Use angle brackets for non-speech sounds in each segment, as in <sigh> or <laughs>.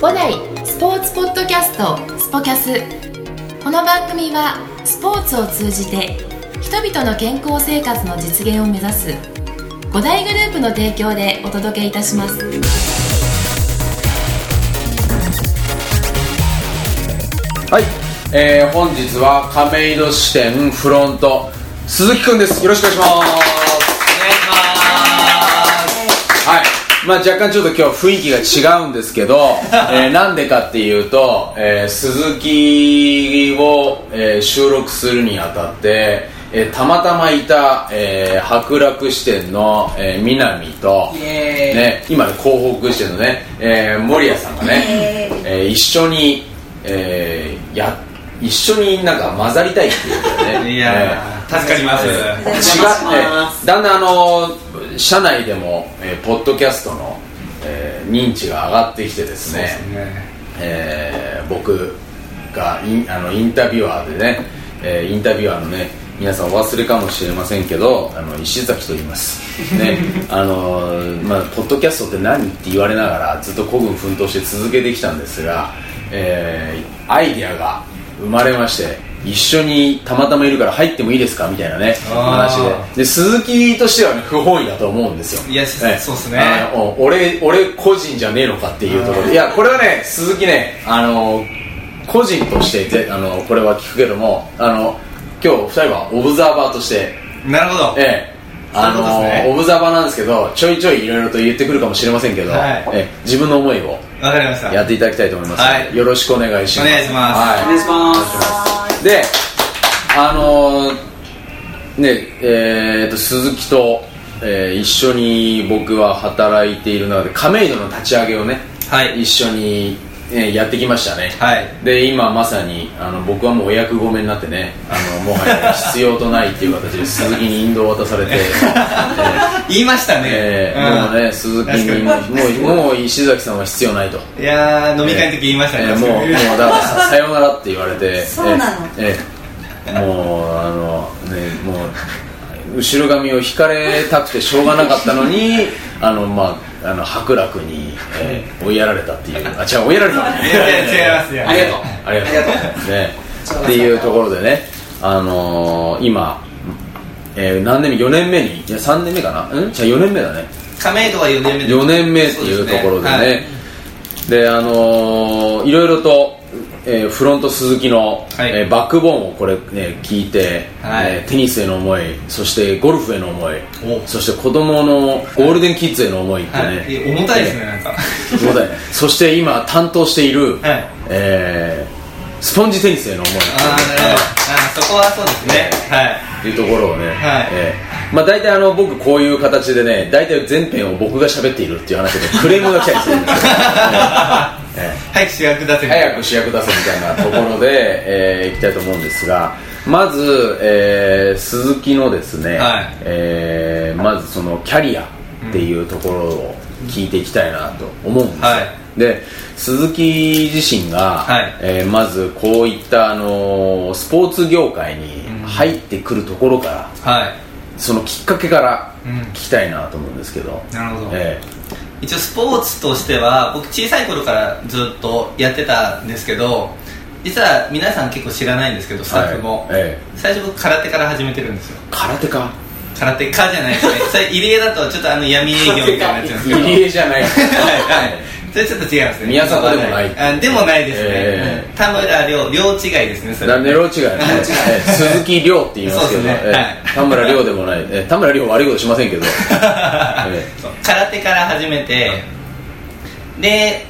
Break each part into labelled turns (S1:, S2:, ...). S1: 五代スポーツポッドキャストスポキャスこの番組はスポーツを通じて人々の健康生活の実現を目指す五大グループの提供でお届けいたします
S2: はい、えー、本日は亀戸支店フロント鈴木くんですよろしくお願いします
S3: お願いします
S2: はいまあ、若干ちょっと今日雰囲気が違うんです
S3: <laughs>
S2: けど、えーなんでかっていうと、えー鈴木を、えー収録するにあたって、えーたまたまいた、えー伯楽支店の、えー南と、
S3: イエーイ
S2: ね、今の広北支店のね、えー守屋さんがね、えー一緒に、えーや一緒になんか混ざりたいっていうかね
S3: い
S2: えー
S3: やー助かります
S2: 違ってだんだんあの社内でも、えーポッドキャストの、えー認知が上がってきてですねえー僕がインあのインタビュアーでね、えーインタビュアーのね皆さんお忘れかもしれませんけどあの石崎と言い <laughs> ます、ねあのーまあ、ポッドキャストって何って言われながらずっと孤軍奮闘して続けてきたんですが、えーアイディアが生まれまして一緒にたまたまいるから入ってもいいですかみたいなね
S3: あー
S2: 話でで鈴木としては、ね、不本意だと思うんですよ
S3: いや
S2: ね
S3: そうっすね
S2: あのお俺俺個人じゃねえのかっていうところでいやこれはね鈴木ねあの個人としてぜあのこれは聞くけどもあの今日二人はオブザーバーとして
S3: なるほど
S2: ええあ
S3: そういうことです
S2: の
S3: ね
S2: オブザーバーなんですけどちょいちょいいろいろと言ってくるかもしれませんけど、
S3: はい
S2: ええ自分の思いを
S3: わかりました
S2: やっていただきたいと思います、
S3: はい
S2: よろしくお願いします
S3: お願いします
S2: はい、
S4: 願いします
S2: であのーねえーと鈴木と、えー一緒に僕は働いている中で亀戸の立ち上げをね、
S3: はい
S2: 一緒に、えーやってきましたね、
S3: はい
S2: で今まさにあの僕はもうお役御免になってねあのもはや必要とないっていう形で鈴木に引導を渡さ
S3: <laughs>
S2: れて、
S3: 言いましたね
S2: え
S3: うん
S2: ーもうね鈴木に
S3: 確か
S2: もうもう石崎さんは必要ないと。
S3: いやー飲み会の時言いましたね
S2: えーもうもうだ
S3: <laughs>
S2: からささようならって言われて
S4: そうなの
S2: えーえーもうあのねもう後ろ髪を引かれたくてしょうがなかったの
S3: <laughs>
S2: にあのまああの白楽に、えー追いやられたっていうあ違う追いやられた
S3: <laughs> いやいや違いますよ
S4: ありがとう
S2: ありがとうねっていうところでねあのー今えー何年目4年目にいや3年目かなうんじゃ4年目だね
S3: 亀戸は4年目
S2: 4年目っていうところでねであのーいろいろと、えーフロント鈴木の、
S3: はい
S2: えーバックボーンをこれ、ね、聞いて、
S3: はい
S2: えーテニスへの思いそしてゴルフへの思い
S3: お
S2: そして子供のゴールデンキッズへの思いってね、
S3: はいはい重たいですねなんか
S2: えー重たいそして今担当している、
S3: はい
S2: えースポンジテニスへの思い
S3: あーなるほどあーそこはそうですねはい
S2: っていうところをね、
S3: はい
S2: ええまあ、大体あの僕こういう形でね大体全編を僕が喋っているっていう話でクレームが来たりするんですよ、ええええ
S3: 早く主役出せみたいな
S2: 早く主役出せみたいなところで、えー、 <laughs> いきたいと思うんですがまず、えー鈴木のですね、
S3: はい
S2: えーまずそのキャリアっていうところを聞いていきたいなと思うんですよ、
S3: はい
S2: で鈴木自身が、
S3: はい
S2: えーまずこういった、あのースポーツ業界に入ってくるところから、
S3: はい
S2: そのきっかけから
S3: うん
S2: 聞きたいなと思うんですけど、
S3: なるほど
S2: え
S3: 一応スポーツとしては僕小さい頃からずっとやってたんですけど実は皆さん結構知らないんですけどスタッフも、
S2: はいええ
S3: 最初僕空手から始めてるんですよ
S2: ー空手か
S3: 空手家じゃないですね
S2: <laughs>
S3: それ入江だとちょっとあの闇営業みたいになっちゃうんですけど
S2: 入江じゃない
S3: はいはいそれちょっと違いますね
S2: 宮里でもない
S3: あでもないですね、
S2: ええ
S3: 田村亮亮違いですねそれ
S2: 何でろ違いねええ鈴木亮って言いますけど
S3: そうですね
S2: ええ
S3: はい
S2: 田村亮でもない、ええ田村亮は悪いことしません
S3: <laughs>
S2: けどえ
S3: そう空手から始めてで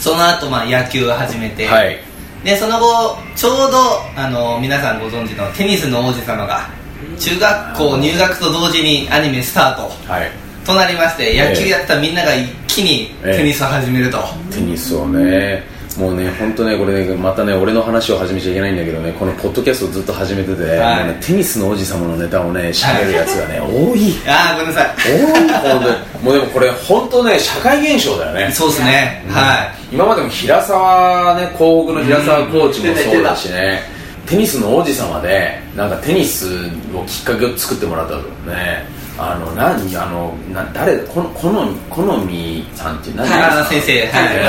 S3: その後まあ野球を始め
S2: え
S3: て、
S2: はい
S3: でその後ちょうどあの皆さんご存知のテニスの王子様が中学校入学と同時にアニメスタート
S2: はい
S3: となりまして
S2: ええ
S3: 野球やったみんなが一気に
S2: ええ
S3: テニスを始めると、
S2: テニスをねもうね本当ねこれねまたね俺の話を始めちゃいけないんだけどねこのポッドキャストをずっと始めてて、
S3: はい
S2: もうねテニスの王子様のネタをね喋るやつがね、多い
S3: ああごめんなさ
S2: 多
S3: <laughs>
S2: い本当にもうでもこれ本当ね社会現象だよね
S3: いそうですね、はい
S2: 今までも平沢ね広北の平沢コーチもそうだしねテニスの王子様でなんかテニスをきっかけを作ってもらったとねあの何あのな誰このこの好みさんっていう何
S3: はいあの先生はい
S2: ね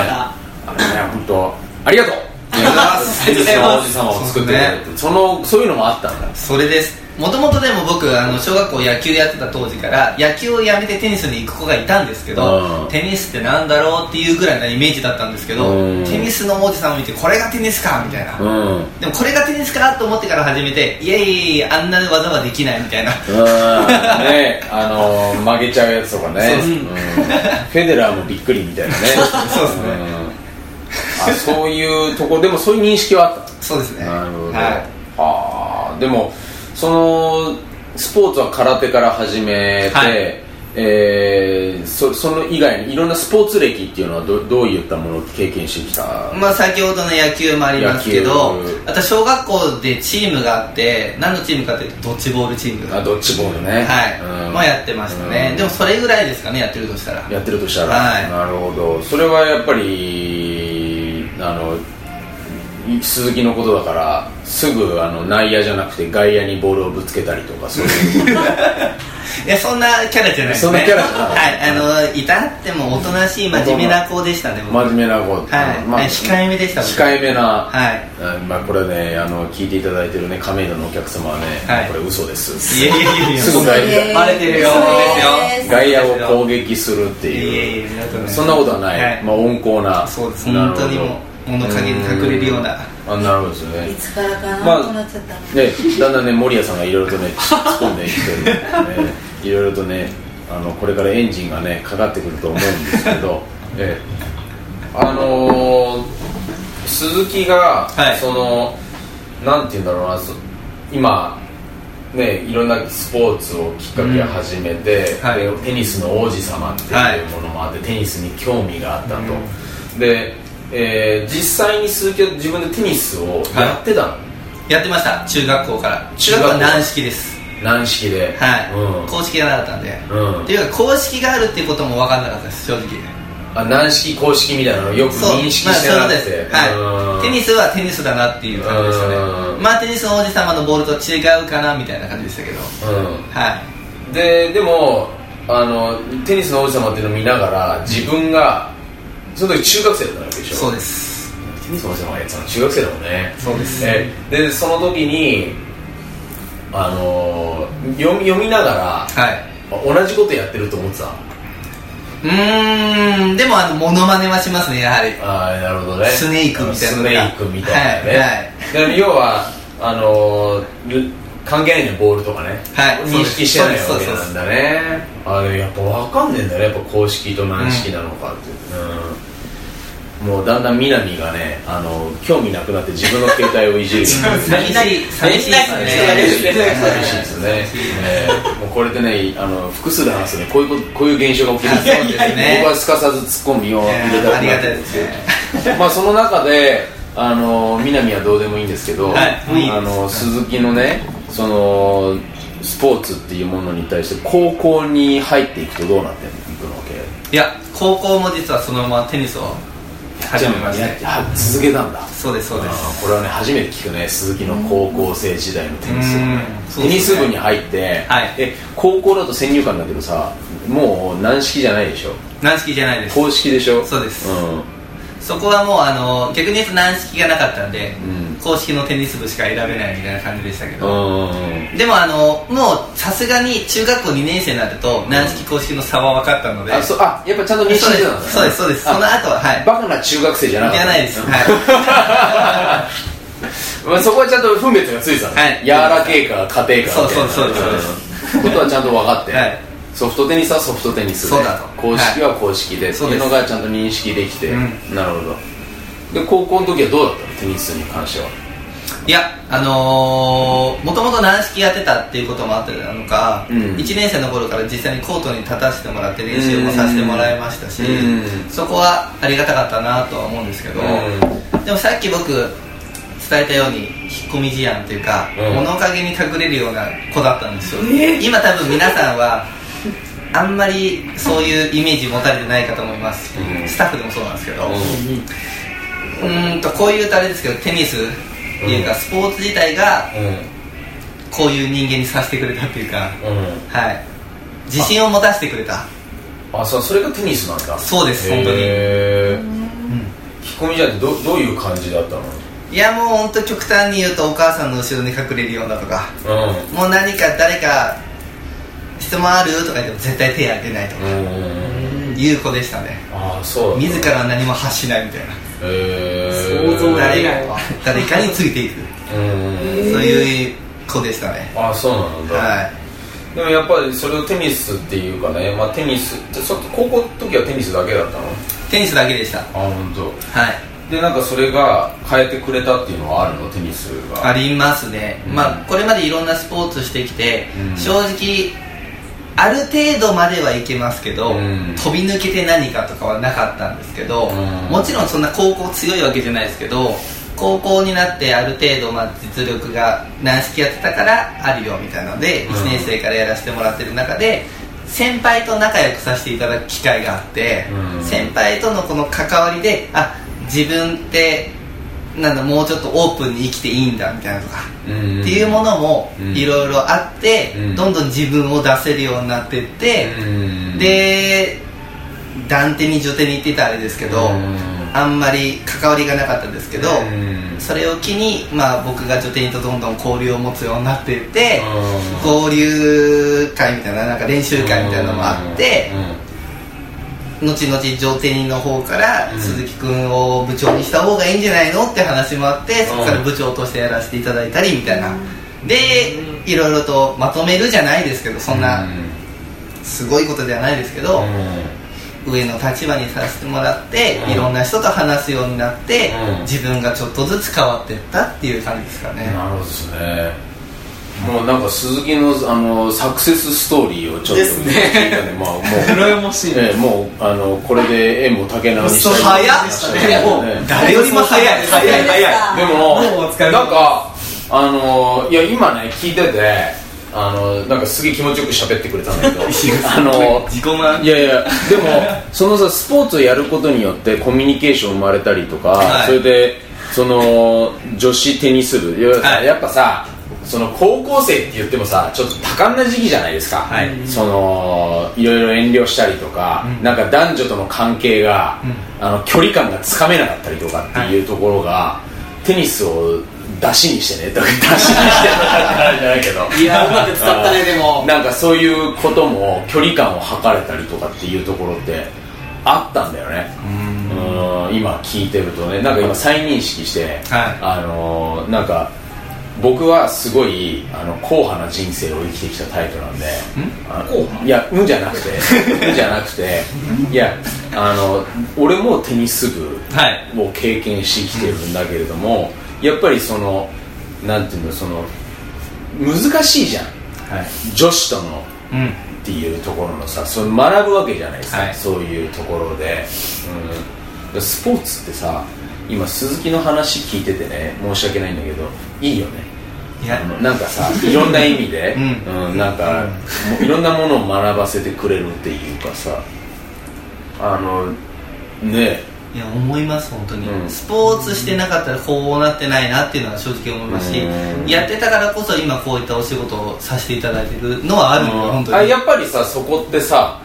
S3: ま
S2: あれね本当ありがとう
S3: ありがとうございます
S2: テニスの王子様を作ってくれてそのそういうのもあったんだ
S3: それですもともとでも僕あの小学校野球やってた当時から野球をやめてテニスに行く子がいたんですけ
S2: うん
S3: どテニスってなんだろうっていうぐらいなイメージだったんですけど
S2: うん
S3: テニスの王子様を見てこれがテニスかみたいな
S2: うんうん
S3: でもこれがテニスかと思ってから始めていやいやいやあんな技はできないみたいな
S2: ねあのー曲げちゃうやつとかね
S3: そううん
S2: フェデラーもびっくりみたいなね
S3: そうですね
S2: んあそういうとこでもそういう認識はあった
S3: そうですね
S2: なるほど、
S3: は
S2: あーでもそのスポーツは空手から始めて、
S3: はい
S2: えーそその以外にいろんなスポーツ歴っていうのはどどういったものを経験してきた、
S3: まあ、先ほどの野球もありますけど
S2: 野球
S3: あと小学校でチームがあって何のチームかというとドッジボールチーム
S2: あドッジボールね
S3: はい、
S2: うん
S3: まあやってましたね、
S2: うん
S3: でもそれぐらいですかねやってるとしたら
S2: やってるとしたら、
S3: はい
S2: なるほどそれはやっぱりあのい鈴木のことだからすぐあの内野じゃなくて外野にボールをぶつけたりとかそう
S3: <laughs>
S2: いう
S3: いやそんなキャラじゃないですね
S2: そんなキャラじゃない
S3: <laughs> はいあのいたってもおとなしい真面目な子でしたね僕
S2: 真面目な子、
S3: はいはい控えめでした僕
S2: 控えめな、
S3: はい
S2: うんまあ、これねあの聞いていただいてるね亀戸のお客様はね、
S3: はい
S2: これ嘘です
S3: いやいやいや
S2: すぐ外野
S3: バレてるよ
S1: そうです
S2: 外野を攻撃するって
S3: いやいやい
S2: いう
S3: やありがとうございます
S2: そんなことはない、
S3: はい
S2: まあ、温厚な
S3: そうです本当にもう物陰に隠れるような
S2: あなるほどですね
S4: いつからかな、
S2: まあ
S4: こうなっちゃったの
S2: ね、だんだんね、守屋さんがいろいろと
S3: <laughs>
S2: ね、突っ込んでいってるんで、ね、いろいろとね、あのこれからエンジンがね、かかってくると思うんですけ
S3: <laughs>
S2: ど、ええあのー、鈴木が、
S3: はい
S2: その、なんて言うんだろうな、そ今、ね、いろんなスポーツをきっかけに始めて、
S3: うんはい
S2: でテニスの王子様っていうものもあって、テニスに興味があったと、で、えー実際に鈴木は自分でテニスをやってたの、
S3: やってました中学校から
S2: 中
S3: 中
S2: 学
S3: 学
S2: 校
S3: 校は軟式です
S2: 軟式で、
S3: はい、
S2: うん
S3: 公式がなかったんで、
S2: うん
S3: っていうか公式があるっていうことも分かんなかったです正直
S2: あ軟式公式みたいなのよく
S3: そう
S2: 認識
S3: まあ
S2: して
S3: そういう
S2: な
S3: ことで
S2: く
S3: す
S2: て、
S3: はいテニ
S2: ス
S3: スはテニスだなっていう感じでしたね
S2: うん
S3: まあテニスの王子様のボールと違うかなみたいな感じでしたけどはい
S2: うんででもあのテニスの王子様っていうのを見ながら自分がその時中学生だったわけでしょ
S3: そうです
S2: テニスの王子様がやってたの中学生だもんね
S3: そうです
S2: えでその時にあの読み読みなが
S3: はい
S2: ら同じことやってると思ってた
S3: うーんでもあのモノマネはしますねやはり
S2: ああなるほどね
S3: スネークみたいなのが
S2: スネークみたいなね、
S3: はいはい
S2: だから要はあのー、関係ないねボールとかね、
S3: はい
S2: 認識してない
S3: そ
S2: わ
S3: うで
S2: け
S3: す
S2: なんだねあでもやっぱ分かんねえんだねやっぱ公式と軟式なのかって、うんもうだんだん南がねあの興味なくなって自分の携帯をいじる
S3: 寂しい寂しいですね
S2: 寂しい
S3: はい
S2: ですね、えーもうこれでねあの複数で話すとねこういうことこういう現象が起きるんですよ
S3: そうですね
S2: 僕はすかさずツッコミを入れたくな
S3: あ
S2: っ
S3: り
S2: て
S3: がたいですね
S2: まあその中で、あの南はどうでもいいんですけど、
S3: はいもういいです
S2: あの鈴木のねそのスポーツっていうものに対して高校に入っていくとどうなっていくのけ
S3: いや高校も実はそのままテニスを始めまし
S2: や
S3: た
S2: は続けたんだ
S3: そうですそうで
S2: あー
S3: す
S2: これはね初めて聞くね鈴木の高校生時代のテニス部ね
S3: うんそう
S2: テ
S3: ですね
S2: ニス部に入って、
S3: はい
S2: え高校だと先入観だけどさもう軟式じゃないでしょ
S3: 軟式じゃないです
S2: 公式でしょ
S3: そうです
S2: ん
S3: そこはもうあの逆に言うと軟式がなかったんで、
S2: うん
S3: 公式のテニス部しか選べないみたいな感じでしたけ
S2: うん
S3: ど、
S2: うんうん
S3: でもあのもうさすがに中学校2年生になると軟式公式の差は分かったので、
S2: あそうあやっぱちゃんと認識してたんだね
S3: そうですそうです
S2: あ
S3: その後ははい
S2: バカな中学生じゃなかった
S3: じゃないですは
S2: まあそこはちゃんと分別がついてたの
S3: はい
S2: 柔らけえか家庭かみたいな
S3: そうそうそうですそう
S2: うんこ
S3: で
S2: とはちゃんと分かって、
S3: はい
S2: ソフトテニスはソフトテニスで
S3: そうだと
S2: 公式は公式で、って
S3: そう
S2: い
S3: で
S2: う
S3: す
S2: のがちゃんと認識できて、
S3: う
S2: なるほどで高校の時はどうだったのテニスに関してはい
S3: いやあのもともと軟式やってたっていうこともあってなのか、
S2: うん
S3: 1年生の頃から実際にコートに立たせてもらって練習もさせてもらいましたし、
S2: うん
S3: そこはありがたかったなとは思うんですけど、でもさっき僕伝えたように引っ込み思案というか、
S2: うん
S3: 物陰に隠れるような子だったんですよ、今多分皆さんはあんまりそういうイメージ持たれてないかと思います、
S2: うん
S3: スタッフでもそうなんですけど、
S2: うん
S3: うーんとこういうとあれですけどテニスっていうか、スポーツ自体がこういう人間にさせてくれたっていうか、
S2: うんうん
S3: はい自信を持たせてくれた
S2: あそうそれがテニスなんだ
S3: そうです本当に
S2: へーき込みじゃんってどどういう感じだったの
S3: いやもう本当極端に言うとお母さんの後ろに隠れるようなとか
S2: うん
S3: もう何か誰か質問あるとか言っても絶対手挙げないとか、いう子でしたね
S2: ああそう
S3: 自ら何も発しないみたいな
S2: え
S4: 想像
S2: だ
S3: 誰
S4: でき
S3: か
S4: ないわ
S3: 誰かについ
S4: <laughs>
S3: ていく
S2: うん
S3: そういう子でしたね
S2: ああそうなんだ、
S3: はい
S2: でもやっぱりそれをテニスっていうかね、まあ、テニスでそ高校の時はテニスだけだったの
S3: テニスだけでしたは
S2: あ本当。
S3: い
S2: でなんかそれが変えてくれたっていうのはあるのテニスが
S3: ありますね、
S2: うん
S3: まあこれまでいろんなスポーツしてきて、
S2: うん
S3: 正直ある程度まではいけますけ
S2: う
S3: ど、
S2: ん
S3: 飛び抜けて何かとかはなかったんですけど、
S2: うん
S3: もちろんそんな高校強いわけじゃないですけど高校になってある程度まあ実力が軟式やってたからあるよみたいなので、
S2: うん
S3: 1年生からやらせてもらってる中で先輩と仲良くさせていただく機会があって、
S2: うん
S3: 先輩とのこの関わりであ自分ってなんだもうちょっとオープンに生きていいんだみたいなとか、
S2: うん
S3: っていうものも
S2: うん
S3: いろいろあって、
S2: うん
S3: どんどん自分を出せるようになってって、
S2: うん
S3: で断手に女手に行ってたあれですけど、
S2: うん
S3: あんまり関わりがなかったんですけど、
S2: うん
S3: それを機に、まあ、僕が女手にとどんどん交流を持つようになっていって、
S2: うん
S3: 交流会みたいななんか練習会みたいなのもあって、後々上手人の方から
S2: うん
S3: 鈴木君を部長にした方がいいんじゃないのって話もあってそこから部長としてやらせていただいたりみたいなでいろいろとまとめるじゃないですけどそんなすごいことではないですけど上の立場にさせてもらって
S2: うん
S3: いろんな人と話すようになって
S2: うん
S3: 自分がちょっとずつ変わっていったっていう感じですかね
S2: なるほどですねもうなんか鈴木のあのサクセスストーリーをちょっと
S4: ですね
S2: 聞いたんでまあもう
S4: 羨ましい
S2: ええもうあのこれで縁も竹縄にしたい
S3: 早っ
S2: ね
S4: もう
S3: 誰よりも早い
S4: 早い早い
S2: でも
S4: もうお疲れ
S2: なんかあのーいや今ね聞いててあのーなんかすげえ気持ちよく喋ってくれたん
S4: <laughs>
S2: だけどあのー
S3: 自己満
S2: いやいやでもそのさスポーツをやることによってコミュニケーション生まれたりとか、
S3: はい
S2: それでその女子テニス部いや,、
S3: はい
S2: やっぱさその高校生って言ってもさちょっと多感な時期じゃないですか、
S3: はい
S2: そのいろいろ遠慮したりとか、なんか男女との関係が、あの距離感がつかめなかったりとかっていうところが、テニスを出しにしてねとか出しにしてとかってあるじゃないけど
S4: いやうまく使ったねでも
S2: なんかそういうことも距離感を測れたりとかっていうところってあったんだよねうん今聞いてるとねなんか今再認識して、
S3: はい
S2: あのーなんか僕はすごいあの硬派な人生を生きてきたタイプなんであのいや「うん」じゃな
S3: <laughs>
S2: くて「うん」じゃなくていやあの俺もテニス部
S3: はい
S2: を経験してきてるんだけれども、やっぱりそのなんていうのその難しいじゃん
S3: はい
S2: 女子との
S3: うん
S2: っていうところのさそれ学ぶわけじゃないですか、
S3: はい
S2: そういうところで、うん、スポーツってさ今鈴木の話聞いててね申し訳ないんだけどいいよね
S3: いや
S2: あのなんかさいろんな意味で、
S3: <laughs> うん
S2: うんなんか、もういろんなものを学ばせてくれるっていうかさあのね
S3: いや思います本当に、
S2: うん
S3: スポーツしてなかったらこうなってないなっていうのは正直思いますし
S2: うん
S3: やってたからこそ今こういったお仕事をさせていただいてるのはあるので、本当
S2: あ
S3: に
S2: やっぱりさそこってさ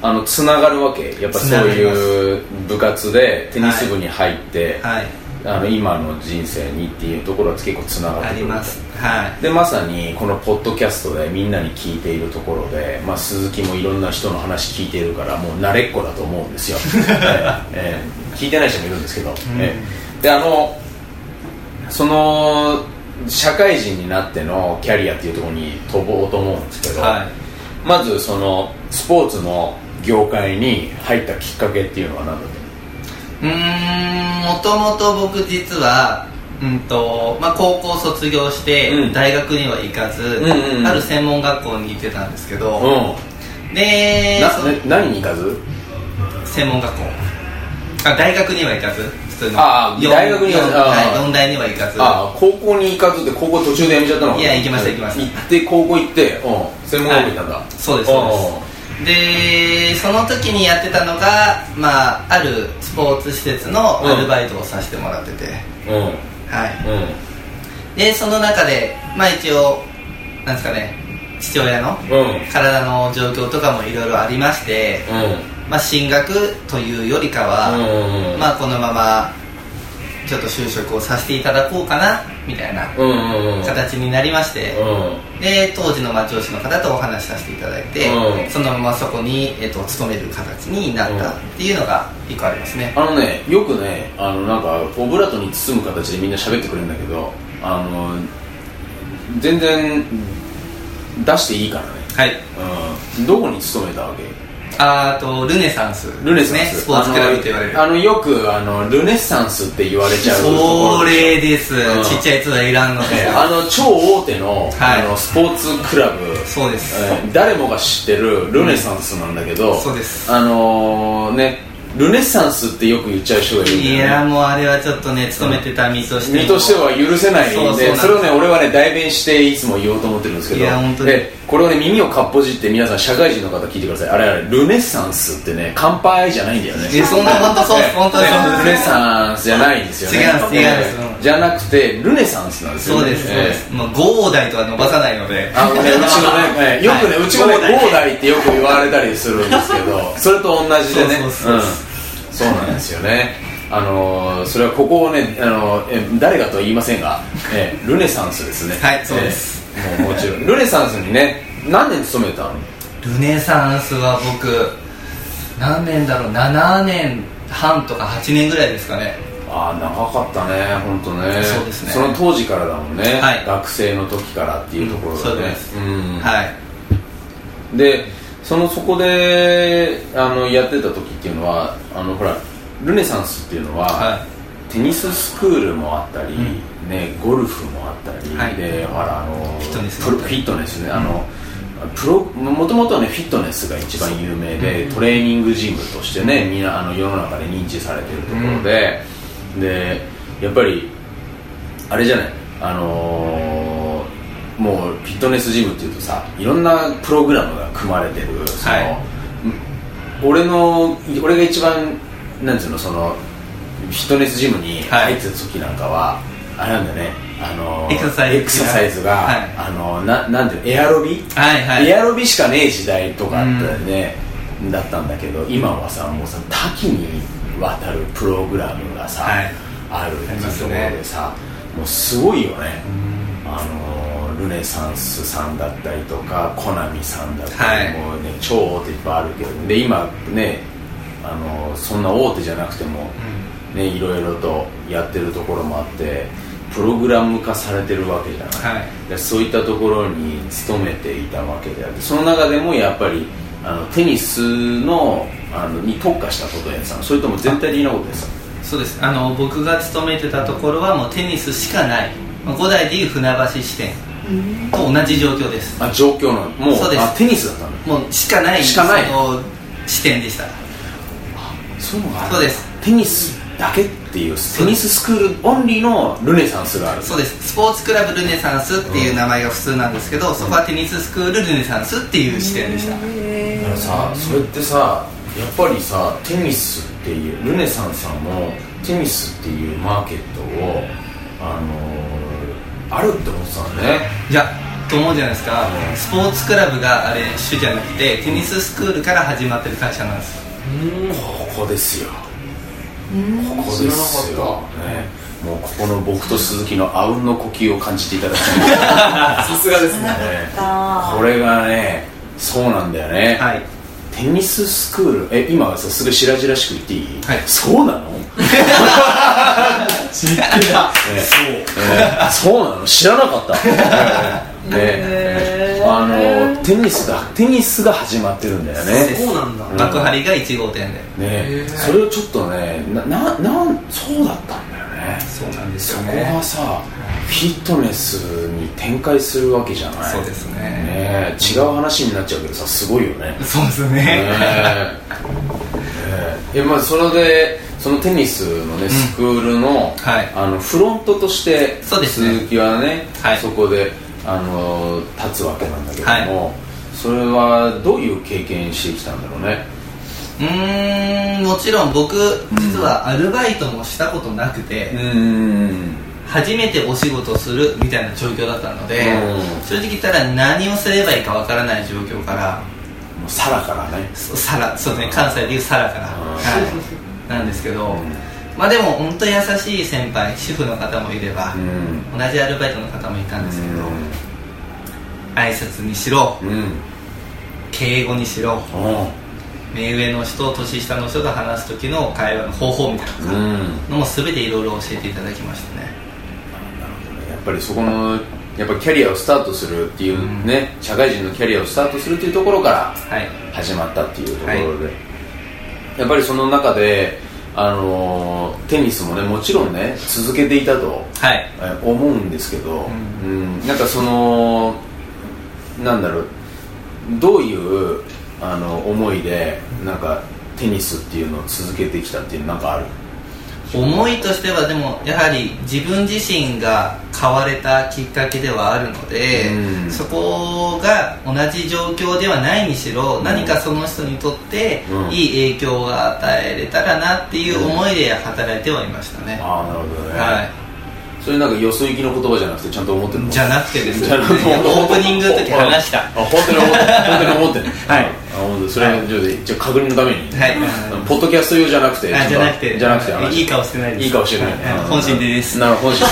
S2: あのつながるわけやっぱそういう部活でテニス部に入って、
S3: はい
S2: あの今の人生にっていうところは結構つながって
S3: あ
S2: くる
S3: りますはい
S2: でまさにこのポッドキャストでみんなに聞いているところで、まあ、鈴木もいろんな人の話聞いているからもう慣れっこだと思うん
S3: <laughs>
S2: ですよ、ええええ聞いてない人もいるんですけど、ええであのその社会人になってのキャリアっていうところに飛ぼうと思うんですけど、
S3: はい
S2: まずそのスポーツの業界に入ったきっかけっていうのは何だった
S3: うーんもともと僕実はうんとまあ、高校卒業して
S2: うん
S3: 大学には行かず、
S2: んうんうん
S3: ある専門学校に行ってたんですけど、
S2: の、
S3: でそ
S2: うん、なな何に行かず
S3: 専門学校あ大学には行かず普通の
S2: あー
S3: 四
S2: 大学には
S3: 四
S2: あー
S3: はい四大には行かず
S2: ああ高校に行かずって高校途中でやめちゃったの
S3: いや行きました行きました
S2: 行って高校行ってうん専門学校行ったんだ、
S3: そうですそうですでその時にやってたのが、まあ、あるスポーツ施設のアルバイトをさせてもらってて、
S2: うんうん
S3: はいでその中でまあ一応なんですかね父親の
S2: うんうん
S3: 体の状況とかもいろいろありまして、まあ、進学というよりかは、
S2: うんうんうん
S3: まあこのままちょっと就職をさせていただこうかなみたいな
S2: うんうんうん
S3: 形になりまして、
S2: う
S3: で当時の町吉の方とお話しさせていただいて、
S2: うん
S3: そのままそこに、えっと勤める形になったっていうのが一個ありますね、
S2: んあのねよくねあのなんかオブラートに包む形でみんな喋ってくれるんだけどあの全然出していいからね
S3: はい
S2: うんどこに勤めたわけ
S3: あーとルネサンス
S2: ルネ
S3: です
S2: サン
S3: ね
S2: ス
S3: スポーツクラブと言われる
S2: あのあのよくあのルネッサンスって言われちゃうとこ
S3: そ
S2: ろ
S3: れです、
S2: うん
S3: ちっちゃいやつはいらんので
S2: あの超大手の,、
S3: はい
S2: あのスポーツクラブ
S3: そうです、
S2: えー誰もが知ってるルネサンスなんだけど、
S3: うんそうです
S2: あのーねルネサンスってよく言っちゃう人がいるんだよ
S3: い
S2: ね
S3: やもうあれはちょっとね勤めてた身としても
S2: 身としては許せないんで
S3: そうそうなんです
S2: れをね俺はね代弁していつも言おうと思ってるんですけど
S3: いや本当に
S2: でこれをね耳をかっぽじって皆さん社会人の方聞いてくださいあれあれルネサンスってね乾杯じゃないんだよね
S3: えそんな本当そうです本当にそうです
S2: ルネサンスじゃないんですよね
S3: 違うんです違うんです
S2: えーじゃなくてルネサンスなんですよ、ね、
S3: そうです、そう
S2: えー
S3: です。もう五大とは伸ばさないの <laughs> で。
S2: あのね、うちのね、えーよくね、
S3: はいう
S2: ちのね、
S3: はい
S2: 豪代ってよく言われたりするんですけど、それと同じでね、
S3: そうそうそう
S2: うんそうなんですよね。あのーそれはここをね、あのーえー誰かとは言いませんが、えールネサンスですね。
S3: はいそうです
S2: えー。もうもちろん、ルネサンスにね、何年勤めたの？
S3: ルネサンスは僕、何年だろう、7年半とか8年ぐらいですかね。
S2: ああ、長かったね、本当ね。
S3: そうですね
S2: その当時からだもんね。
S3: はい
S2: 学生の時からっていうところ
S3: そう
S2: で
S3: で
S2: ね。
S3: す
S2: うん
S3: はい。
S2: でそのそこであのやってた時っていうのはあのほらルネサンスっていうのは、
S3: は
S2: テニススクールもあったり、
S3: う
S2: ね、ゴルフもあったり、
S3: はい
S2: でほらあの
S3: フィットネス
S2: プ
S3: もあっ
S2: ロ
S3: た
S2: フ
S3: り
S2: ィットネスね、あのプロもともとはねフィットネスが一番有名で、トレーニングジムとしてねみんなあの世の中で認知されてるところで、でやっぱりあれじゃないあのーもうフィットネスジムっていうとさいろんなプログラムが組まれてるその、
S3: はい
S2: うん俺の俺が一番なんつうのそのフィットネスジムに入ってた時なんかは、あれなんだよねあのー
S3: エクササイズ
S2: エクササイズが、
S3: はい
S2: あのーななんていうのエアロビ、
S3: はいはい。
S2: エアロビしかねえ時代とかあったよね、だったんだけど今はさもうさ多岐にわたるプログラムがさ、
S3: はい
S2: あるって
S3: あ
S2: い
S3: り
S2: うと
S3: ます
S2: ころ
S3: ね
S2: でさ、もうすごいよね、あのルネサンスさんだったりとかコナミさんだったり、
S3: はい
S2: もうね超大手いっぱいあるけどで今ねあのそんな大手じゃなくても、ねいろいろとやってるところもあってプログラム化されてるわけじゃない、
S3: はい。
S2: でそういったところに勤めていたわけであってその中でもやっぱりあのテニスのあのに特化したことをやってたのそれとも全体的なことですか
S3: そうです。あの、僕が勤めてたところはもうテニスしかない。まあ五大でいう船橋支店と同じ状況です。
S2: あ状況なのもう
S3: そうです
S2: あテニスだったの
S3: もうしかない、
S2: しかない
S3: その支店でした。
S2: そういうのがある
S3: そうです
S2: テニスだけっていうテニススクールオンリーのルネサンスがある
S3: そうですスポーツクラブルネサンスっていう名前が普通なんですけど、そこはテニススクールルネサンスっていう視点でした、
S2: だからさそれってさやっぱりさテニスっていうルネさんさんもテニスっていうマーケットをあのー、あるって思ってたんだね
S3: いやと思うじゃないですか、
S2: うん
S3: スポーツクラブがあれ主じゃなくてテニススクールから始まってる会社なんです
S2: ここですよここです
S4: 知らな
S2: よ、ね、もうここの僕と鈴木のあうんの呼吸を感じていただき
S4: <laughs> さすがですね
S2: たいねこれがねそうなんだよね、
S3: はい
S2: テニススクールえ今はさすぐ白々しく言っていい、
S3: はい
S2: そうなのね
S3: <laughs>
S2: えそうなの知らなか
S3: <laughs>
S2: った、ねえあのテニスだテニスが始まってるんだよね
S4: そうなんだ
S2: うん
S3: 幕張が1号店で
S2: ね
S4: へー
S2: それをちょっとねなななんそうだったんだよね
S3: そうなんです
S2: そこがさフィットネスに展開するわけじゃない
S3: そうですね
S2: ね違う話になっちゃうけどさすごいよね
S3: そうです
S2: <laughs>
S3: ね
S2: ねええまあそれでそのテニスのねスクールの,、
S3: はい
S2: あのフロントとして
S3: そうですね
S2: 鈴木はね
S3: はい
S2: そこであの立つわけなんだけども、
S3: は
S2: それはどういう経験してきたんだろうね
S3: うーんもちろん僕実はアルバイトもしたことなくて、
S2: うん
S3: 初めてお仕事するみたいな状況だったので、
S2: うん
S3: 正直言ったら何をすればいいかわからない状況から
S2: もうさらからね
S3: そさらそうですね関西でいうさらから、
S2: うん
S3: はい、なんですけど、まあでも本当に優しい先輩主婦の方もいれば、
S2: うん
S3: 同じアルバイトの方もいたんですけど、
S2: う
S3: 挨拶にしろ
S2: んうん
S3: 敬語にしろ
S2: おう
S3: 目上の人年下の人と話す時の会話の方法みたいな
S2: うん
S3: のも全ていろいろ教えていただきましたね
S2: やっぱりそこのやっぱキャリアをスタートするっていうね、社会人のキャリアをスタートするっていうところから
S3: はい
S2: 始まったっていうところで、やっぱりその中で、あのーテニスもねもちろんね続けていたと
S3: はい
S2: えー思うんですけど、う
S3: うん
S2: なんかそのなんだろうどういうあの思いでなんかテニスっていうのを続けてきたっていうのなんかある
S3: 思いとしてはでもやはり自分自身が買われたきっかけではあるので、
S2: うん
S3: そこが同じ状況ではないにしろ、
S2: ん
S3: 何かその人にとって
S2: うん
S3: いい影響が与えれたらなっていう思いで働いてはいましたね、
S2: ああなるほどね、
S3: はい
S2: それなんかよそ行きの言葉じゃなくてちゃんと思ってるの
S3: じゃなくてですね
S2: じゃなくて
S3: いやオープニングの時話した
S2: あ本当に思ってる本当に思ってる
S3: はい
S2: あ本当それはちょっと一応確認のために <laughs>
S3: はい
S2: ポッドキャスト用じゃなくて
S3: あじゃなくて
S2: じゃなくて話
S3: いい顔してないです
S2: いい顔してない
S3: は
S2: う
S3: い
S2: ん
S3: 本心です
S2: なるほど本心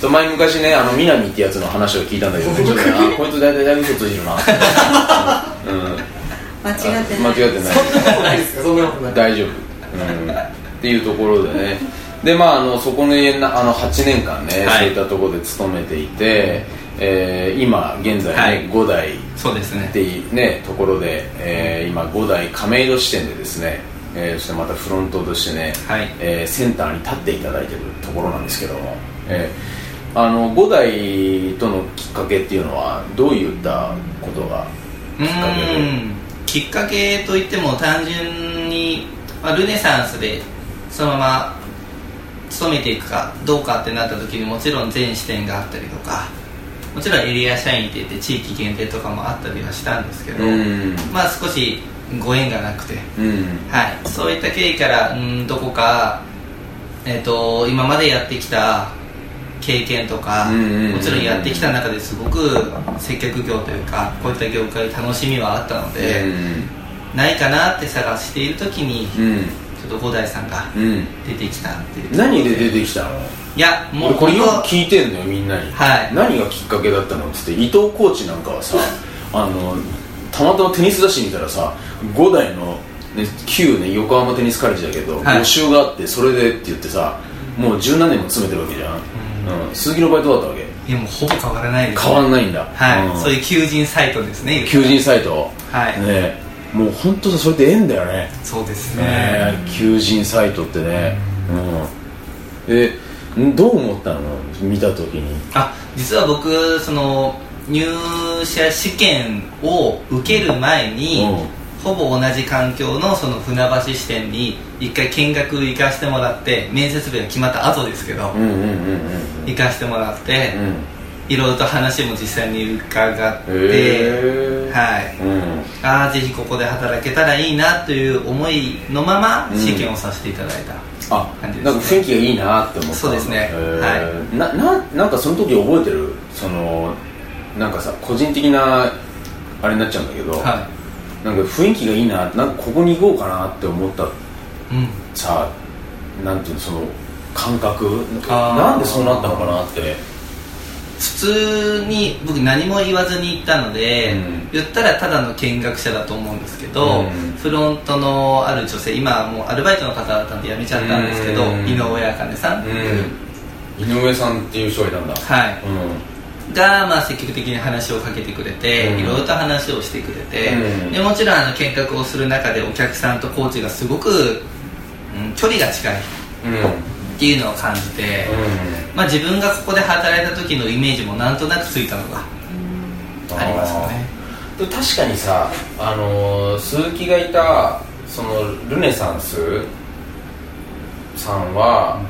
S2: そう前昔ねあの南ってやつの話を聞いたんだ
S3: <laughs>
S2: けどちょっとねあこいつ大体だいぶ嘘ついてるなうん
S5: 間違って
S2: 間
S5: ない
S2: 違ってない
S4: そんなことないですよそんなことない
S2: 大丈夫、うん、っていうところでねでまああのそこのなあの8年間ね、
S3: はい
S2: そういったところで勤めていて、えー今現在、ね
S3: はい
S2: 5代っ
S3: そうですね
S2: ていうねところで、えー今5代亀戸支店でですね、えーそしてまたフロントとしてね、
S3: はい
S2: えーセンターに立っていただいてるところなんですけども、えーあの5代とのきっかけっていうのはどういったことが
S3: うーんきっかけといっても単純に、まあ、ルネサンスでそのまま勤めていくかどうかってなった時にもちろん全支店があったりとかもちろんエリア社員っていって地域限定とかもあったりはしたんですけど、
S2: うん
S3: まあ少しご縁がなくて、
S2: うん
S3: はい、そういった経緯からうんどこか、えっと今までやってきた経験とか、
S2: うんうんうん
S3: もちろんやってきた中ですごく接客業というかこういった業界楽しみはあったので、ないかなって探している時に、
S2: うんうん
S3: ちょっと五代さんが
S2: うん
S3: 出てきたっていう
S2: 何で出てきたの
S3: いやもう
S2: 俺これよく
S3: 本
S2: 聞いてんのよみんなに、
S3: はい
S2: 何がきっかけだったのっつって伊藤コーチなんかはさあのたまたまテニス雑誌見たらさ5代の、ね、旧ね横浜テニスカレッジだけど、
S3: はい
S2: 募集があってそれでって言ってさもう十何年も詰めてるわけじゃん、うん鈴木の場合どうだったわけ
S3: 当いやもうほぼ変わらないです
S2: 変わんないんだ、
S3: はい、
S2: うん
S3: そういう求人サイトですね
S2: 求人サイト
S3: はい
S2: ねもう本当さそれで縁だよね
S3: そうですね
S2: ね求人サイトってねうんえどう思ったの見た時に
S3: あ実は僕その入社試験を受ける前に、
S2: うん
S3: ほぼ同じ環境のその船橋支店に一回見学行かしてもらって面接日が決まった後ですけど、
S2: うんうんうんうん
S3: 行かしてもらって、
S2: うん
S3: いろいろと話も実際に伺って、
S2: へー
S3: はい
S2: うん
S3: ああぜひここで働けたらいいなという思いのまま
S2: うん
S3: 試験をさせていただいた、
S2: あ
S3: 感じですね
S2: なんか雰囲気がいいなって思った
S3: そうですね
S2: はいなななんかその時覚えてるそのなんかさ個人的なあれになっちゃうんだけど、
S3: は
S2: なんか雰囲気がいいななんかここに行こうかなって思った
S3: いうん
S2: さなんていうのその感覚
S3: あー
S2: なんでそうなったのかなって
S3: 普通に僕何も言わずに行ったので、
S2: うん
S3: 言ったらただの見学者だと思うんですけど、
S2: うん
S3: フロントのある女性今はもうアルバイトの方だったんで辞めちゃったんですけ
S2: う
S3: ど、
S2: ん
S3: 井上茜さん、
S2: うん、井上さんっていう人がいたんだ
S3: はい
S2: うん
S3: が、まあ、積極的に話をかけてくれて、
S2: うん
S3: いろいろと話をしてくれて、
S2: うん
S3: でもちろんあの見学をする中でお客さんとコーチがすごく、うん距離が近い
S2: うん
S3: っていうのを感じて、まあ、自分がここで働いた時のイメージもなんとなくついたのがありますよね
S2: でも確かにさ、あのー鈴木がいたそのルネサンスさんは、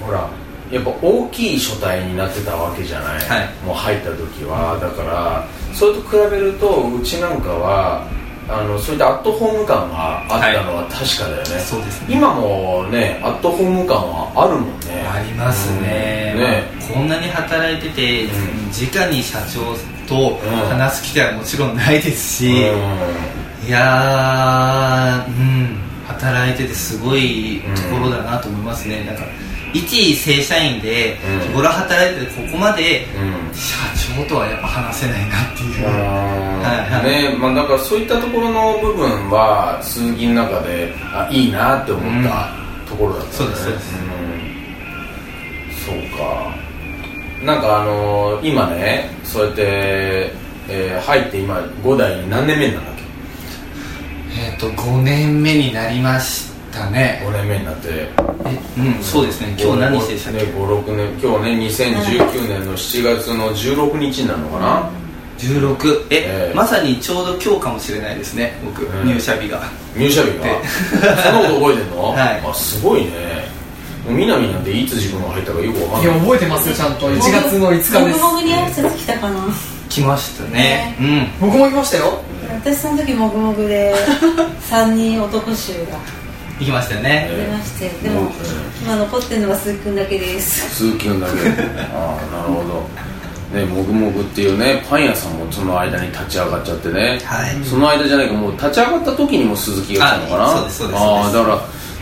S2: ほらやっぱ大きい書体になってたわけじゃない、
S3: はい
S2: もう入った時はだからそれと比べるとうちなんかはあのそういったアットホーム感があったのは確かだよね、
S3: そうですね
S2: 今もねアットホーム感はあるもんね
S3: ありますね,、
S2: うんね
S3: こんなに働いてて、
S2: うん
S3: 直に社長と話す機会はもちろんないです
S2: う
S3: し、いやーうん働いててすごいところだなと思いますね、なんか一正社員で
S2: うん
S3: 日頃働いててここまで
S2: うん
S3: 社長とはやっぱ話せないなっていう、はいはい
S2: ねまあ、だからそういったところの部分は鈴木の中であいいなって思ったところだったんだね、
S3: そうですそうです
S2: うんそうかなんかあのー今ねそうやって、えー入って今5代に何年目になるんだっけ
S3: えっ、と5年目になりましたね
S2: 5年目になって
S3: えうんそうですね今日何日でしたっけ
S2: 56年今日ね2019年の7月の16日になるのかな、
S3: 16え、
S2: ええ
S3: まさにちょうど今日かもしれないですね僕、
S2: うん
S3: 入社日が
S2: 入社日がそのこと覚えてんの、
S3: <laughs> はい
S2: あすごいねもう南なんていつ自分が入ったかよくわかん
S5: いや
S2: ない
S5: 覚えてますよちゃんと1月の5日です
S6: もぐもぐに挨拶来たかな
S3: 来ましたね
S5: 僕も行きましたよ
S6: 私その時もぐもぐ
S5: <laughs>
S6: で3人男衆が
S3: うん行きました <laughs> ね
S6: 出ましてでも
S2: うん
S6: 今残ってるのが鈴木くんだけです
S2: 通勤だけ
S3: <laughs>
S2: ああなるほどねもぐもぐっていうねパン屋さんもその間に立ち上がっちゃってね、
S3: はい
S2: その間じゃないかもう立ち上がった時にも鈴木が来たのかな
S3: あそうですそうです
S2: ああ
S3: そ
S2: だから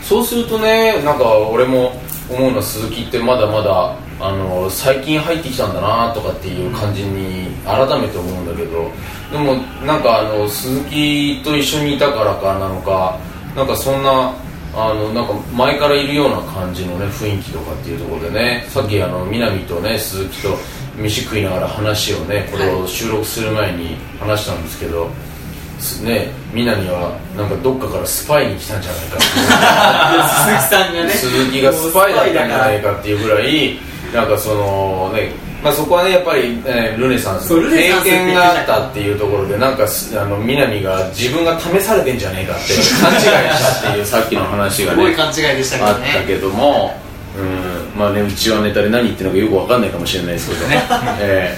S2: そうするとねなんか俺も思うのは鈴木ってまだまだあの最近入ってきたんだなとかっていう感じに改めて思うんだけどでもなんかあの鈴木と一緒にいたからかなのかなんかそんなあのなんか前からいるような感じのね雰囲気とかっていうところでねさっきあの南とね鈴木と飯食いながら話をねこれを収録する前に話したんですけど、ねみなみはなんかどっかからスパイに来たんじゃないか
S4: 鈴木さんが
S2: ってい
S4: ね
S2: う鈴木がスパイだったんじゃないかっていうぐらいなんかそのねまあそこはねやっぱり、えールネサンス
S4: そうルネ
S2: 経
S4: サンスって言って
S2: 験
S4: たじゃん
S2: があったっていうところでなんかすあの南が自分が試されてんじゃねえかって勘違いしたっていうさっきの話が
S5: す
S2: ね
S5: ごい勘違いでしたけ
S2: あ
S5: ど
S2: った
S5: ね
S2: けども、うん、まあね、うちはネタで何言ってるのかよくわかんないかもしれないですけどね、 <laughs> え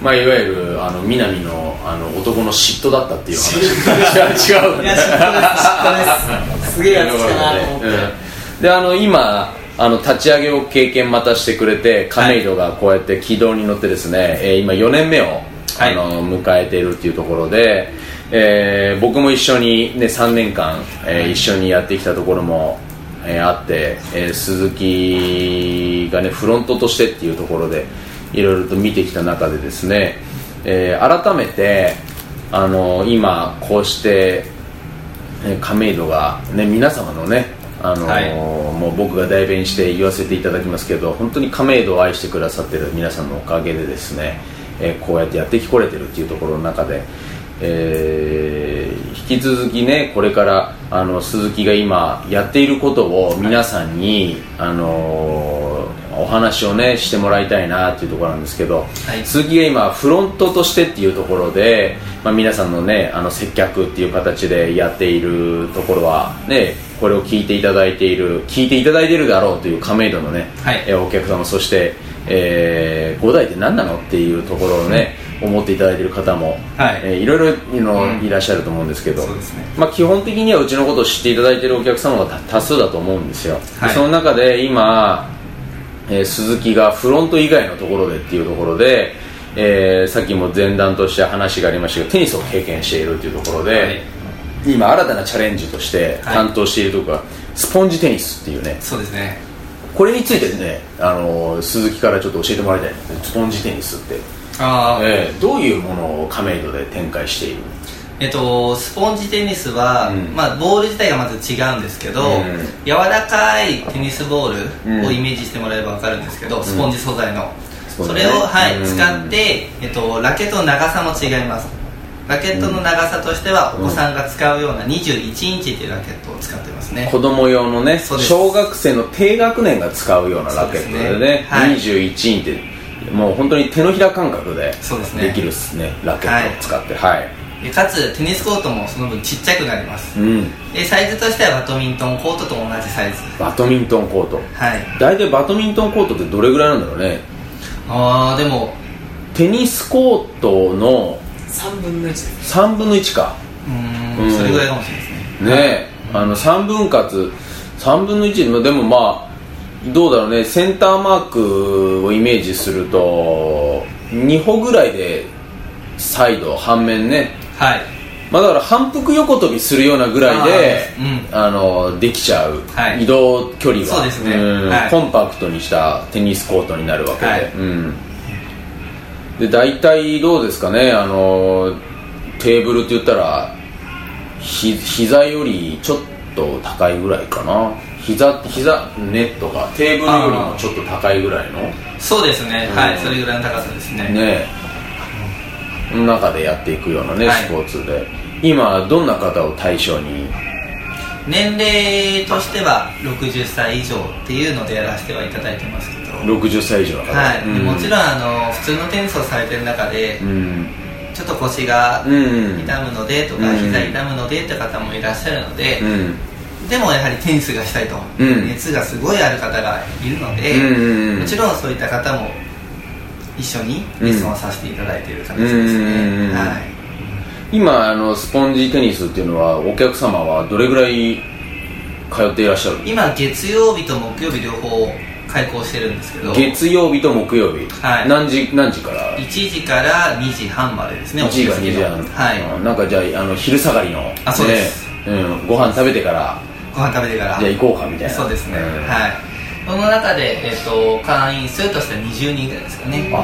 S2: ーまあ、いわゆるあの南のあの男の嫉妬だったっていう話違う <laughs> 違う
S3: いや知ったです知ったです
S4: すげえやつ来たなと思って、
S2: うんであの今あの立ち上げを経験またしてくれて亀戸がこうやって軌道に乗ってですね、えー今4年目を、
S3: はい
S2: あの迎えているっていうところで、えー僕も一緒に、ね、3年間、えー一緒にやってきたところも、えーあって、えー鈴木がねフロントとしてっていうところでいろいろと見てきた中でですね、えー改めてあの今こうしてえー亀戸が、ね、皆様のね、あのー
S3: はい
S2: もう僕が代弁して言わせていただきますけど本当に亀戸を愛してくださってる皆さんのおかげでですね、えーこうやってやってきこれてるっていうところの中で、えー引き続きねこれからあの鈴木が今やっていることを皆さんに、あのーお話をねしてもらいたいなっていうところなんですけど、
S3: い
S2: 鈴木が今フロントとしてっていうところで、まあ、皆さんのねあの接客っていう形でやっているところはねこれを聞いていただいている聞いていただいているだろうという亀戸のね、
S3: はい
S2: えーお客様そして、えー、5代って何なのっていうところをね思っていただいている方も、
S3: はい
S2: えーいろいろの、
S3: うん
S2: いらっしゃると思うんですけど
S3: そうですね
S2: まあ、基本的にはうちのことを知っていただいているお客様が多多数だと思うんですよ、で
S3: はい
S2: その中で今、えー鈴木がフロント以外のところでっていうところで、えーさっきも前段として話がありましたけどテニスを経験しているというところで、
S3: はい
S2: 今新たなチャレンジとして
S3: はい
S2: 担当しているところが、スポンジテニスっていうね
S3: そうですね
S2: これについてね、あのー鈴木からちょっと教えてもらいたいのスポンジテニスって、
S3: ああ
S2: えーどういうものを亀戸で展開している
S3: えっと、スポンジテニスは、
S2: うん
S3: まあ、ボール自体がまず違うんですけど、
S2: うん
S3: 柔らかいテニスボー
S2: うん
S3: ルをイメージしてもらえば分かるんですけど、スポンジ素材の、
S2: スポンジ
S3: そ
S2: ね
S3: れを、はい
S2: うん
S3: 使って、えっと、ラケットの長さも違いますラケットの長さとしては、
S2: うん
S3: お子さんが使うような21インチっていうラケットを使ってますね
S2: 子供用のね
S3: そうです
S2: 小学生の低学年が使うようなラケット
S3: そ
S2: でね
S3: うですねはい
S2: 21インチってもう本当に手のひら感覚で
S3: そうですね
S2: できるっすねラケットを使ってはい、
S3: でかつテニスコートもその分ちっちゃくなります
S2: うん
S3: でサイズとしてはバドミントンコートと同じサイズ
S2: バドミントンコート
S3: はい
S2: 大体バドミントンコートってどれぐらいなんだろうね
S3: ああでも
S2: テニスコートの
S4: 3分の1です
S2: 3分の1か
S3: うー
S2: うん
S3: んそれぐらいかもしれないですね
S2: ねあの3分割3分の1のでもまあどうだろうねセンターマークをイメージすると2歩ぐらいでサイド半面ね
S3: はい
S2: まあ、だから反復横跳びするようなぐらいで
S3: あー
S2: あのできちゃう、
S3: はい
S2: 移動距離は
S3: そうですね
S2: ん
S3: はい
S2: コンパクトにしたテニスコートになるわけで,、
S3: はい
S2: うん、で大体どうですかねあのテーブルって言ったらひ膝よりちょっと高いぐらいかな膝膝ネットがテーブルよりもちょっと高いぐらいの
S3: そうですね、
S2: うん
S3: はいそれぐらいの高さですね
S2: ねの中でやっていくようなね、
S3: はい
S2: スポーツで今どんな方を対象に
S3: 年齢としては60歳以上っていうのでやらせてはいただいてますけど
S2: 60歳以上の方、
S3: はい、
S2: うん
S3: もちろんあの普通のテニスをされてる中で、
S2: うん
S3: ちょっと腰が
S2: うんうん
S3: 痛むのでとか、
S2: うん
S3: 膝痛むのでって方もいらっしゃるので、
S2: うん
S3: でもやはりテニスがしたいと、
S2: うん
S3: 熱がすごいある方がいるので、
S2: うんうんうん
S3: もちろんそういった方も一緒にレッスンをさせていただいている形ですね、
S2: うんうんうん
S3: はい
S2: 今あのスポンジテニスっていうのはお客様はどれぐらい通っていらっしゃる
S3: 今月曜日と木曜日両方開講してるんですけど
S2: 月曜日と木曜日、
S3: はい
S2: 何時何時から
S3: 1時から2時半までですね
S2: 1時から
S3: お
S2: 2時
S3: 昼過ぎ
S2: 半
S3: の、はい、
S2: うんなんかじゃああの昼下がりの
S3: あそうです
S2: ねうん、ご飯食べてから
S3: ご飯食べてから
S2: じゃあ行こうかみたいな
S3: そうですね、
S2: ん
S3: はいその中で、えっと会員数としては20人ぐらいですかね
S2: あ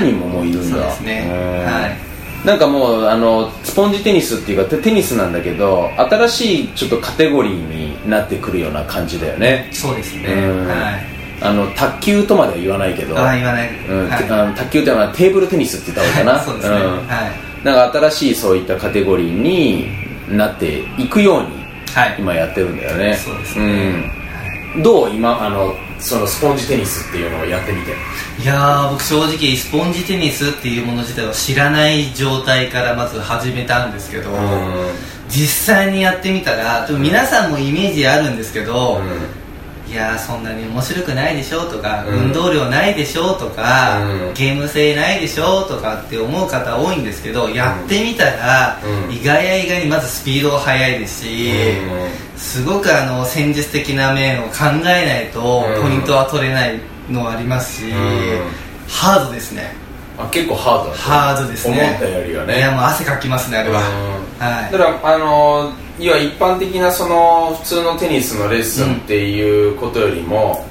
S2: 20人ももういるんだ、
S3: そうですね
S2: うん
S3: はい
S2: なんかもうあのスポンジテニスっていうかテテニスなんだけど新しいちょっとカテゴリーになってくるような感じだよね
S3: そうですね
S2: うん
S3: はい
S2: あの卓球とまでは言わないけど、
S3: あ言わない
S2: うん
S3: はい
S2: てあの卓球っていうのはテーブルテニスって言った方がいいかな、
S3: <laughs> そうですね
S2: うん
S3: はい
S2: なんか新しいそういったカテゴリーになっていくように
S3: はい
S2: 今やってるんだよね
S3: そうですね
S2: うん、どう今あのそのスポンジテニスっていうのをやってみて
S3: いやー僕正直スポンジテニスっていうもの自体を知らない状態からまず始めたんですけど、実際にやってみたらでも皆さんもイメージあるんですけど、いやーそんなに面白くないでしょとか、
S2: うん
S3: 運動量ないでしょとか、
S2: うん
S3: ゲーム性ないでしょとかって思う方多いんですけどやってみたら、
S2: うん
S3: 意外や意外にまずスピードが速いですし、すごくあの戦術的な面を考えないと
S2: うん
S3: ポイントは取れないのはありますし、
S2: ん
S3: ハードですね
S2: あ結構ハードだった
S3: ハードですね
S2: 思ったよりはね
S3: いやもう汗かきますねあれは、
S2: うん
S3: はい
S2: だからあの要は一般的なその普通のテニスのレッスンっていうことよりも、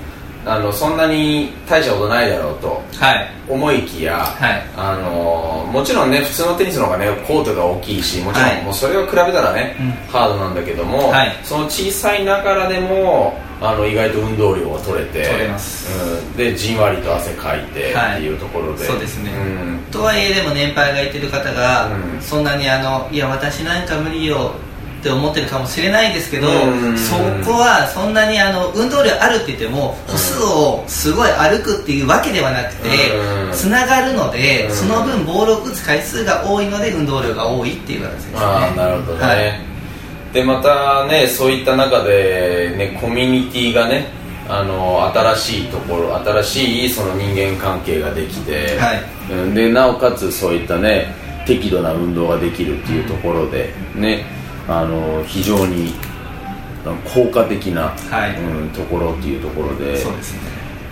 S2: あのそんなに大したことないだろうと
S3: はい
S2: 思いきや、
S3: はい
S2: あのもちろんね普通のテニスの方がねコートが大きいしもちろん、
S3: はい
S2: もうそれを比べたらね、
S3: うん
S2: ハードなんだけども、
S3: はい
S2: その小さいながらでもあの意外と運動量が取れて
S3: 取れます
S2: うん、でじんわりと汗かいて、
S3: はい
S2: っていうところで
S3: そうですね
S2: ん
S3: とはいえでも年配がいてる方が、
S2: うん
S3: そんなにあのいや私なんか無理よって思ってるかもしれないですけど、
S2: うん
S3: そこはそんなにあの運動量あるって言っても歩数をすごい歩くっていうわけではなくて
S2: うん
S3: つな、がるので、
S2: うん
S3: その分ボールを打つ回数が多いので運動量が多いっていう形ですね
S2: ああなるほどね、
S3: はい
S2: でまたねそういった中で、ね、コミュニティがねあの新しいところ新しいその人間関係ができて、
S3: はい
S2: うんでなおかつそういったね適度な運動ができるっていうところでねあの非常にあの効果的な、
S3: はい
S2: うん、ところっていうところで
S3: そうですね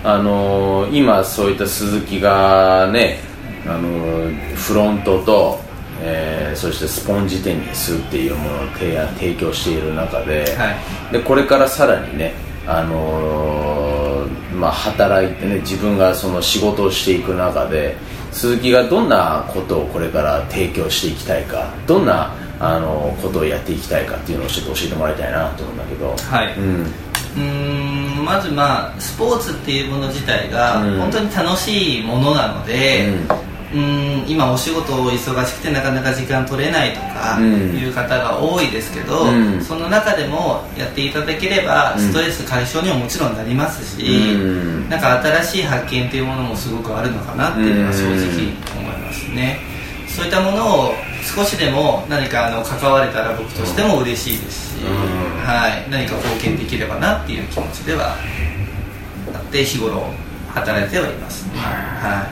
S2: あのー今そういった鈴木がね、あのーフロントと、えーそしてスポンジテニスっていうものを提案提供している中で,、
S3: はい
S2: でこれからさらにね、あのーまあ、働いてね自分がその仕事をしていく中で鈴木がどんなことをこれから提供していきたいかどんな、あのーことをやっていきたいかっていうのをちょっと教えてもらいたいなと思うんだけど。
S3: はい、
S2: うん
S3: うーんまずまあスポーツっていうもの自体が
S2: うん
S3: 本当に楽しいものなので、うーん今お仕事を忙しくてなかなか時間取れないとか
S2: うん
S3: いう方が多いですけど、
S2: うん
S3: その中でもやっていただければ
S2: ん
S3: ストレス解消にももちろんなりますし、
S2: うん
S3: なんか新しい発見というものもすごくあるのかなっていうのは正直思いますね、そういったものを少しでも何かあの関われたら僕としても嬉しいですし、
S2: うん
S3: はい、何か貢献できればなっていう気持ちではあって日頃働いてはいますね、は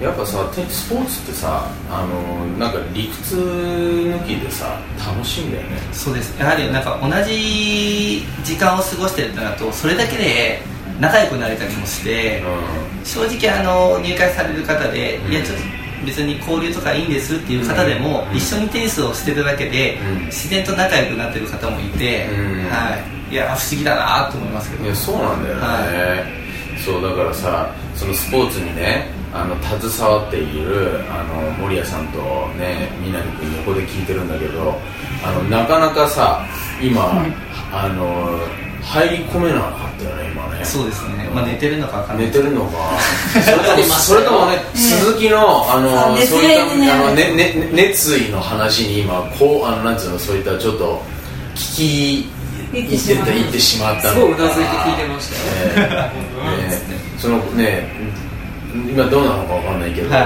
S3: い
S2: やっぱさテスポーツってさあのなんか理屈抜きでさ楽しいんだよね
S3: そうですやはりなんか同じ時間を過ごしてるとなるとそれだけで仲良くなれたりもして正直あの入会される方で、いやちょっと別に交流とかいいんですっていう方でも、
S2: うん
S3: 一緒にテニスをしてるだけで、
S2: うん
S3: 自然と仲良くなってる方もいて、
S2: うん
S3: はい、いや不思議だなと思いますけど
S2: いやそうなんだよね、
S3: は
S2: そうだからさそのスポーツにねあの携わっているあの森谷さんとね南君横で聞いてるんだけどあのなかなかさ今、あの入り込めなかったよね今ね
S3: そうですね、まあ、寝てるのかわかんない
S2: 寝
S3: です
S2: てるの
S4: <laughs>
S2: かそれともそれともね鈴木のあの
S6: 熱
S2: そういった
S6: 烈ね
S2: あの、ねね、熱意の話に今こうあのなんつうのそういったちょっと聞き
S6: 言って
S2: 言っ
S6: してまう
S2: た言ってしまった
S4: す
S2: の
S4: ごい
S2: か
S4: うなずいて聞いてましたよ
S2: ねえそのね今どうなのかわかんないけど、
S3: はい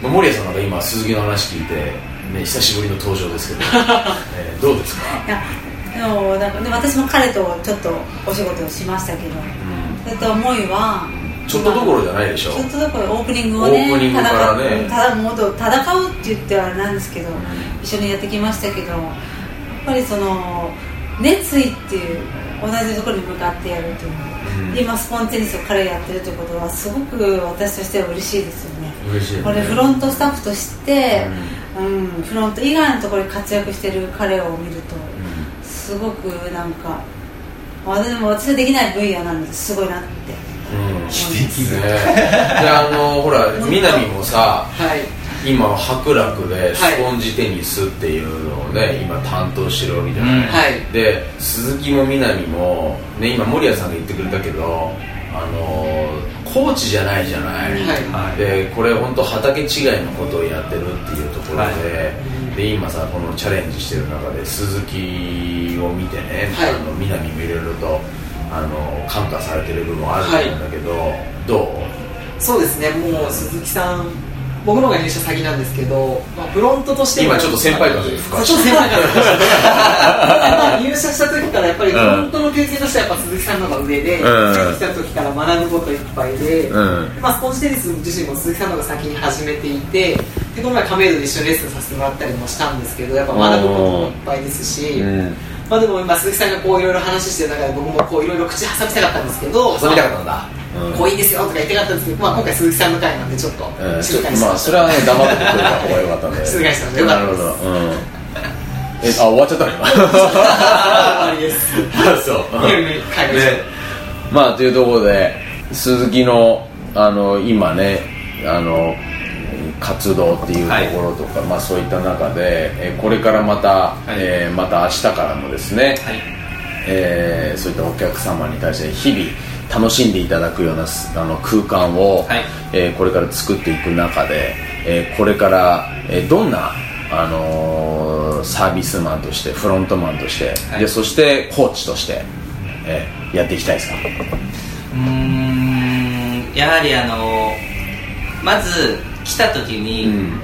S2: まあ守屋さんなんか今鈴木の話聞いて、ね、久しぶりの登場
S4: <laughs>
S2: ですけど、えーどうですか、
S6: いやでもなんかで私も彼とちょっとお仕事をしましたけ
S2: う
S6: ど
S2: ん
S6: そういった思いは
S2: ちょっとどころじゃないでし
S6: ち
S2: ょ
S6: ょっとどころオープニングをね
S2: オープニングからね
S6: 戦うただもっと戦うって言ってはなんですけど
S2: ん
S6: 一緒にやってきましたけどやっぱりその熱意っていう同じところに向かってやるという
S2: うん
S6: 今スポンテニスを彼がやってるということはすごく私としては嬉しいですよね
S2: 嬉しいよね
S6: これフロントスタッフとして、うんフロント以外のところで活躍してる彼を見ると
S2: う
S6: すごくなんか私も私はできない分野なんですごいなって
S2: んうんねえであのほら南もさ
S4: はい
S2: 今白楽で
S4: はい
S2: スポンジテニスっていうのをね、今担当してるわけじゃない、
S3: うん
S4: はい
S2: で鈴木も南もね今守屋さんが言ってくれたけどあのコーチじゃないじゃない、
S4: はい
S2: でこれ本当畑違いのことをやってるっていうところで、
S3: は
S2: で今さこのチャレンジしてる中で鈴木を見てね、
S4: はい
S2: あの南もいろいろとあの感化されてる部分はあると思うんだけど、どう
S4: そうですねもう鈴木さん僕の方が入社先なんですけど、まあ、フロントとしては
S2: 今ちょっと先輩風で吹かし
S4: ちょっと先輩風で吹かして
S2: <laughs>
S4: まあ入社した時からやっぱりフ
S2: うん
S4: ロントの経験としてはやっぱ鈴木さんの方が上で、
S2: うん
S4: 来た時から学ぶこといっぱいで、
S2: うん
S4: まあ、スポンジテニス自身も鈴木さんの方が先に始めていてでこの前亀戸で一緒にレッスンさせてもらったりもしたんですけどやっぱ学ぶこともいっぱいですし、
S2: うん
S4: まあ、でも今鈴木さんがこういろいろ話してる中で僕もこういろいろ口挟みたかったんですけど
S2: 挟みたかったんだ、うん
S4: こういいですよとか言ってなかったんですけど、まあ、今回鈴木さんの回なんでちょっと
S2: うんちょ
S4: 静
S2: っ
S4: か
S2: と
S4: にし
S2: ま
S4: ま
S2: あ
S4: し
S2: それ
S4: <laughs> た、
S2: はね黙ってくれた方が良かったんで
S4: <laughs> 静かにした方が良
S2: な
S4: か
S2: る
S4: った
S2: ほ
S4: です
S2: ど、うん、えあ終わっちゃったの今
S4: 終わりです
S2: <laughs> あそう
S4: <laughs> いやいや帰りましょう
S2: ね <laughs> まあというところで鈴木のあの今ねあの活動っていうところとか、まあ、そういった中でえこれからまた、
S3: い
S2: えーまた明日からもですね、
S3: はい
S2: えーそういったお客様に対して日々楽しんでいただくようなすあの空間を、
S3: はい
S2: えーこれから作っていく中で、えーこれから、えーどんな、あのーサービスマンとしてフロントマンとして、
S3: はい
S2: でそしてコーチとして、えーやっていきたいですか
S3: うーんやはりあのまず来た時に、
S2: うん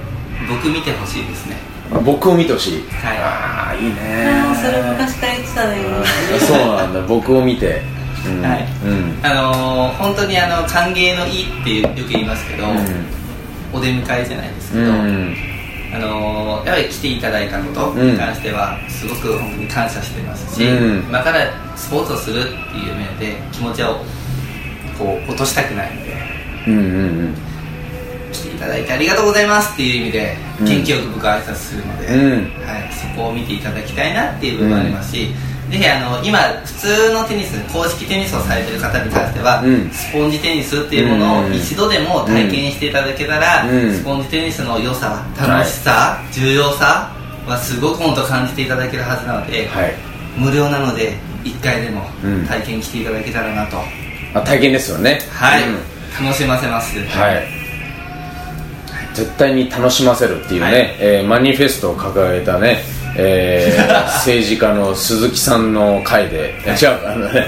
S3: 僕見てほしいですね
S2: 僕を見てほしい、
S3: はい
S2: ああいいね
S6: ああそれ昔から言ってたのよ
S2: あそうなんだ僕を見て、うん
S3: はい
S2: うん
S3: あのー本当にあの歓迎の「い」ってよく言いますけど、お出迎えじゃないですけ
S2: う
S3: ど、
S2: ん
S3: あのーやはり来ていただいたことに関してはすごく本当に感謝してますし、
S2: うん
S3: 今からスポーツをするっていう面で気持ちをこう落としたくないので
S2: うんうんうん
S3: 来ていただいてありがとうございますっていう意味で
S2: うん
S3: 元気よく僕は挨拶するので、
S2: うん
S3: はい、そこを見ていただきたいなっていう部分もありますし、ぜひあの今普通のテニス公式テニスをされてる方に関しては、
S2: うん
S3: スポンジテニスっていうものを一度でも体験していただけたら、
S2: うん
S3: スポンジテニスの良さ楽しさ、重要さはすごく本当感じていただけるはずなので、
S2: はい
S3: 無料なので1回でも
S2: うん
S3: 体験来ていただけたらなと、
S2: あ体験ですよね
S3: はい、
S2: うん
S3: 楽しませます
S2: はい、絶対に楽しませるっていうね、
S3: はい
S2: えーマニフェストを掲げたね、え <laughs> ー政治家の鈴木さんの会で、いや違うあのね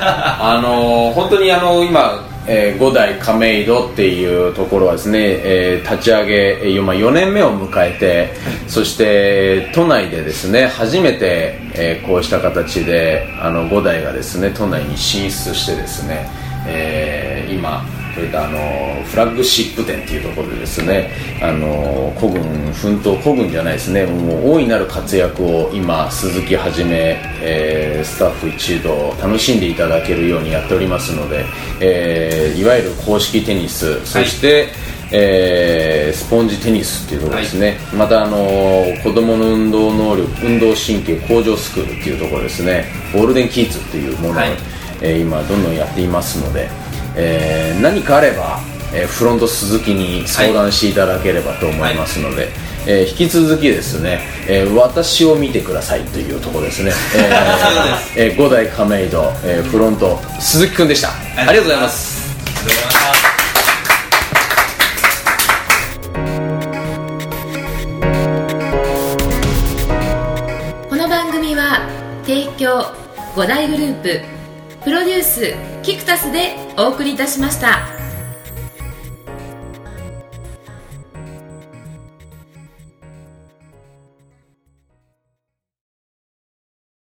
S2: あのー本当にあの今、えー五代亀戸っていうところはですね、えー立ち上げえー今4年目を迎えてそして都内でですね初めて、えーこうした形であの五代がですね都内に進出してですね、えー今そういったあのフラッグシップ店っていうところでですねあの古軍奮闘古軍じゃないですねもう大いなる活躍を今鈴木はじめ、えースタッフ一同楽しんでいただけるようにやっておりますので、えーいわゆる公式テニスそして、えースポンジテニスっていうところですね、またあの子どもの運動能力運動神経向上スクールっていうところですねゴールデンキーズっていうものを、
S7: はい
S2: えー今どんどんやっていますので、えー何かあれば、えーフロント鈴木に相談していただければと思いますので、えー引き続きですね、えー私を見てくださいというところです <laughs> ね、えーえー五代亀戸、えーフロント鈴木くんでしたありがとうございます
S1: この番組は提供五大グループプロデュースキクタスでお送りいたしました。